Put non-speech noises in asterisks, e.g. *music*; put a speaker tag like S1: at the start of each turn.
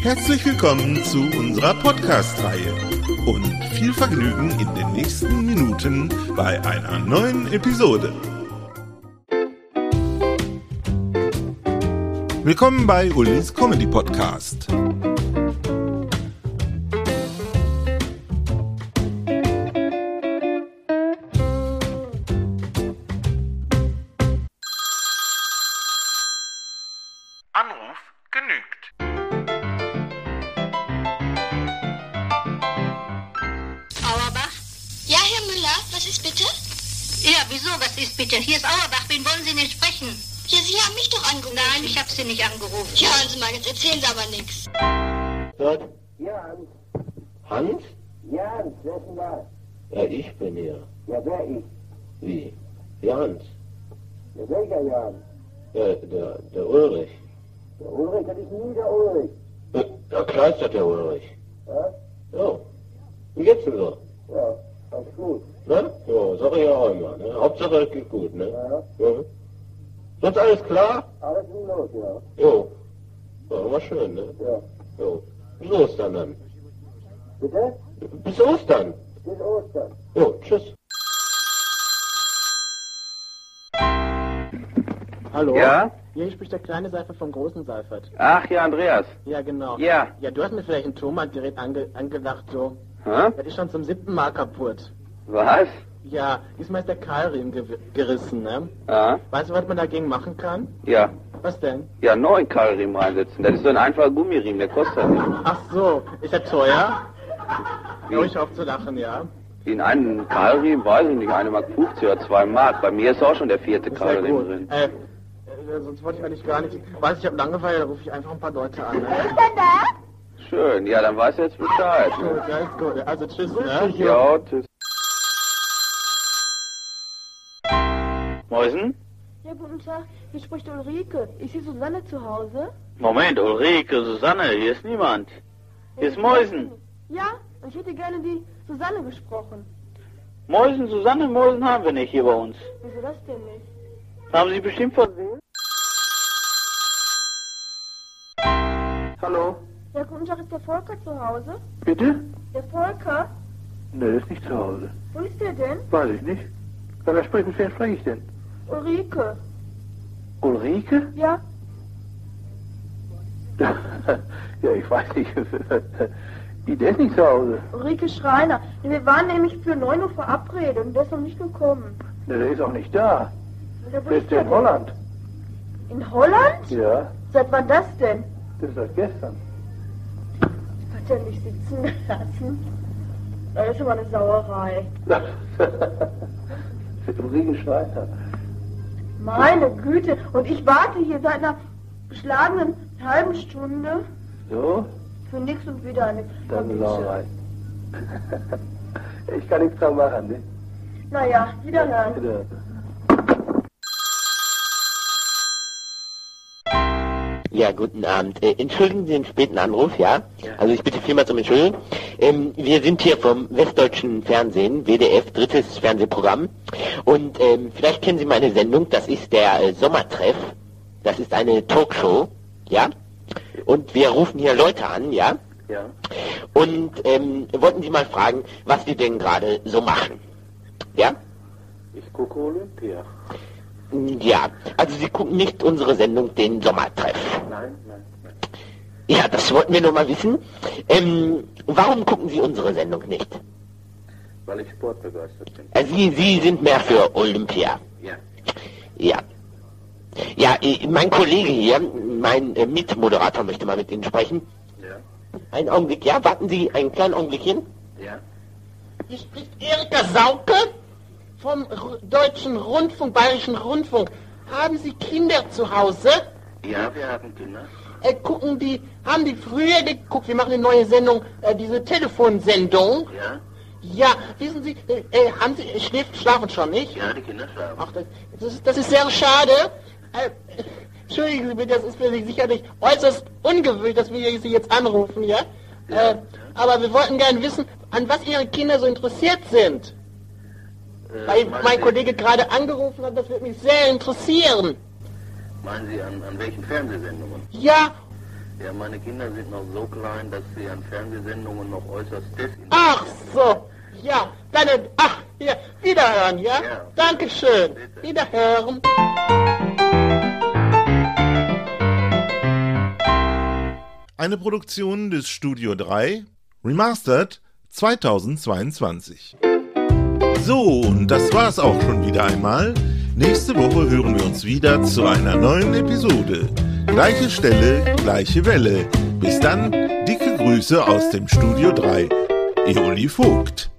S1: Herzlich willkommen zu unserer Podcast-Reihe und viel Vergnügen in den nächsten Minuten bei einer neuen Episode. Willkommen bei Ulis Comedy Podcast.
S2: Anruf genügt.
S3: Auerbach?
S4: Ja, Herr Müller, was ist bitte?
S3: Ja, wieso? Was ist bitte? Hier ist Auerbach. Wen wollen Sie denn sprechen?
S4: Ja, Sie haben mich doch angerufen.
S3: Nein, ich habe Sie nicht angerufen.
S4: Ja, hören Sie mal, jetzt erzählen Sie aber nichts.
S5: Dort,
S6: Ja, Hans.
S5: Hans?
S6: Ja, Hans, wer ist denn da?
S5: Ja, ich bin hier.
S6: Ja, wer ich?
S5: Wie? Ja, Hans.
S6: Ja, welcher Jan?
S5: Ja, der, der Ulrich.
S6: Der Ulrich, das ist nie der Ulrich.
S5: Ja, Der kleistert der Ulrich.
S6: Ja,
S5: So. Wie geht's denn so?
S6: ja alles gut.
S5: Ne? Ja, sag ich ja auch immer. Ne? Hauptsache es geht gut, ne?
S6: Ja.
S5: Mhm. Sonst alles klar?
S6: Alles gut los, ja.
S5: Jo. War immer schön, ne?
S6: Ja.
S5: Jo. Bis Ostern dann.
S6: Bitte?
S5: Bis Ostern.
S6: Bis Ostern.
S5: Jo, tschüss.
S7: Hallo?
S2: Ja?
S7: Hier spricht der kleine Seifert vom großen Seifert.
S2: Ach ja, Andreas.
S7: Ja, genau.
S2: Ja.
S7: Ja, du hast mir vielleicht ein Tonbandgerät ange angelacht, so.
S2: Hä?
S7: Das ist schon zum siebten Mal kaputt.
S2: Was?
S7: Ja, diesmal ist der Keilriemen ge gerissen, ne?
S2: Ja,
S7: Weißt du, was man dagegen machen kann?
S2: ja,
S7: Was denn?
S2: ja, einen neuen Keilriemen reinsetzen. Das ist so ein einfacher Gummiriemen, der kostet halt nichts.
S7: Ach so, ist er teuer?
S2: Wie?
S7: Hör ich auf zu lachen, ja?
S2: In einem Keilriemen, weiß ich nicht, eine Mark 50 oder zwei Mark. Bei mir ist auch schon der vierte
S7: Ist ja
S2: Keilriemen
S7: gut.
S2: drin.
S7: Äh, äh, sonst wollte ich eigentlich gar nicht. Weiß ich, hab Langeweile, da rufe ich einfach ein paar Leute an. Ne?
S2: *laughs* Schön, ja, dann weißt du jetzt Bescheid.
S7: Gut, ja, ist gut. Also tschüss, ne?
S2: Ja, tschüss. Mäusen?
S8: Ja, guten Tag, hier spricht Ulrike. Ist hier Susanne zu Hause?
S2: Moment, Ulrike, Susanne, hier ist niemand. Hier ist Mäusen.
S8: Ja, ich hätte gerne die Susanne gesprochen.
S2: Mäusen, Susanne, Mäusen haben wir nicht hier bei uns.
S8: Wieso das denn nicht?
S2: Haben Sie bestimmt versehen?
S7: Hallo?
S8: Ja, guten Tag, ist der Volker zu Hause?
S7: Bitte?
S8: Der Volker?
S7: Ne, ist nicht zu Hause.
S8: Wo ist der denn?
S7: Weiß ich nicht. Ja, wer spricht, mit wem spreche ich denn?
S8: Ulrike.
S7: Ulrike? *laughs*
S8: Ja,
S7: ja, ich weiß nicht. *laughs* Die ist nicht zu Hause.
S8: Ulrike Schreiner. Wir waren nämlich für 9 Uhr verabredet und der ist noch nicht gekommen.
S7: Ne, der ist auch nicht da.
S8: Der
S7: Der ist in Holland.
S8: In Holland?
S7: Ja,
S8: Seit wann das denn?
S7: das ist seit gestern. *laughs*
S8: Hat er mich sitzen *laughs* gelassen? Das ist aber eine Sauerei.
S7: Ulrike Schreiner.
S8: Meine Güte, und ich warte hier seit einer geschlagenen halben Stunde
S7: So,
S8: für nix und wieder nichts.
S7: dann Laura. *laughs* ich kann nichts dran machen, ne?
S8: Naja, wiederhören.
S7: Bitte.
S9: Ja, guten Abend. Äh, entschuldigen Sie den späten Anruf, ja? Also ich bitte vielmals um Entschuldigung. Ähm, wir sind hier vom Westdeutschen Fernsehen, WDF, drittes Fernsehprogramm. Und ähm, vielleicht kennen Sie meine Sendung, das ist der äh, Sommertreff. Das ist eine Talkshow, ja? Und wir rufen hier Leute an, ja?
S7: Ja.
S9: Und ähm, wollten Sie mal fragen, was die denn gerade so machen, ja?
S7: Ich gucke Olympia.
S9: Ja, also Sie gucken nicht unsere Sendung, den Sommertreff.
S7: Nein, nein.
S9: Ja, das wollten wir nur mal wissen. Ähm, warum gucken Sie unsere Sendung nicht?
S7: Weil ich sportbegeistert bin.
S9: Äh, Sie, Sie sind mehr für Olympia.
S7: Ja.
S9: Ja. Ja, äh, mein Kollege hier, mein äh, Mitmoderator möchte mal mit Ihnen sprechen.
S7: Ja.
S9: Einen Augenblick, ja, warten Sie einen kleinen Augenblickchen.
S7: Ja.
S10: Hier spricht Erika Sauke vom Ru- Deutschen Rundfunk, Bayerischen Rundfunk. Haben Sie Kinder zu Hause?
S7: Ja, wir haben Kinder.
S10: äh, gucken die, haben die früher geguckt, wir machen eine neue Sendung, äh, diese Telefonsendung.
S9: Ja,
S10: Ja, wissen Sie, äh, äh, haben Sie, äh, schläft, schlafen schon, nicht?
S9: ja, die Kinder schlafen.
S10: Ach, das, das, ist, das ist sehr schade. Äh, entschuldigen Sie bitte, das ist für Sie sicherlich äußerst ungewöhnlich, dass wir Sie jetzt anrufen, ja? Äh, aber wir wollten gerne wissen, an was Ihre Kinder so interessiert sind. Weil
S9: Äh, meinen
S10: mein
S9: Sie-
S10: Kollege gerade angerufen hat, das würde mich sehr interessieren.
S9: Meinen Sie an, an welchen Fernsehsendungen?
S10: Ja,
S9: Ja, meine Kinder sind noch so klein, dass sie an Fernsehsendungen noch äußerst desinteressiert
S10: ach so. Ja, dann, äh, ach, ja, wiederhören, ja?
S9: Ja.
S10: Dankeschön.
S9: Bitte.
S10: Wiederhören.
S1: Eine Produktion des Studio 3, Remastered 2022. So, und das war's auch schon wieder einmal. Nächste Woche hören wir uns wieder zu einer neuen Episode. Gleiche Stelle, gleiche Welle. Bis dann, dicke Grüße aus dem Studio 3. Ihr Uli Vogt.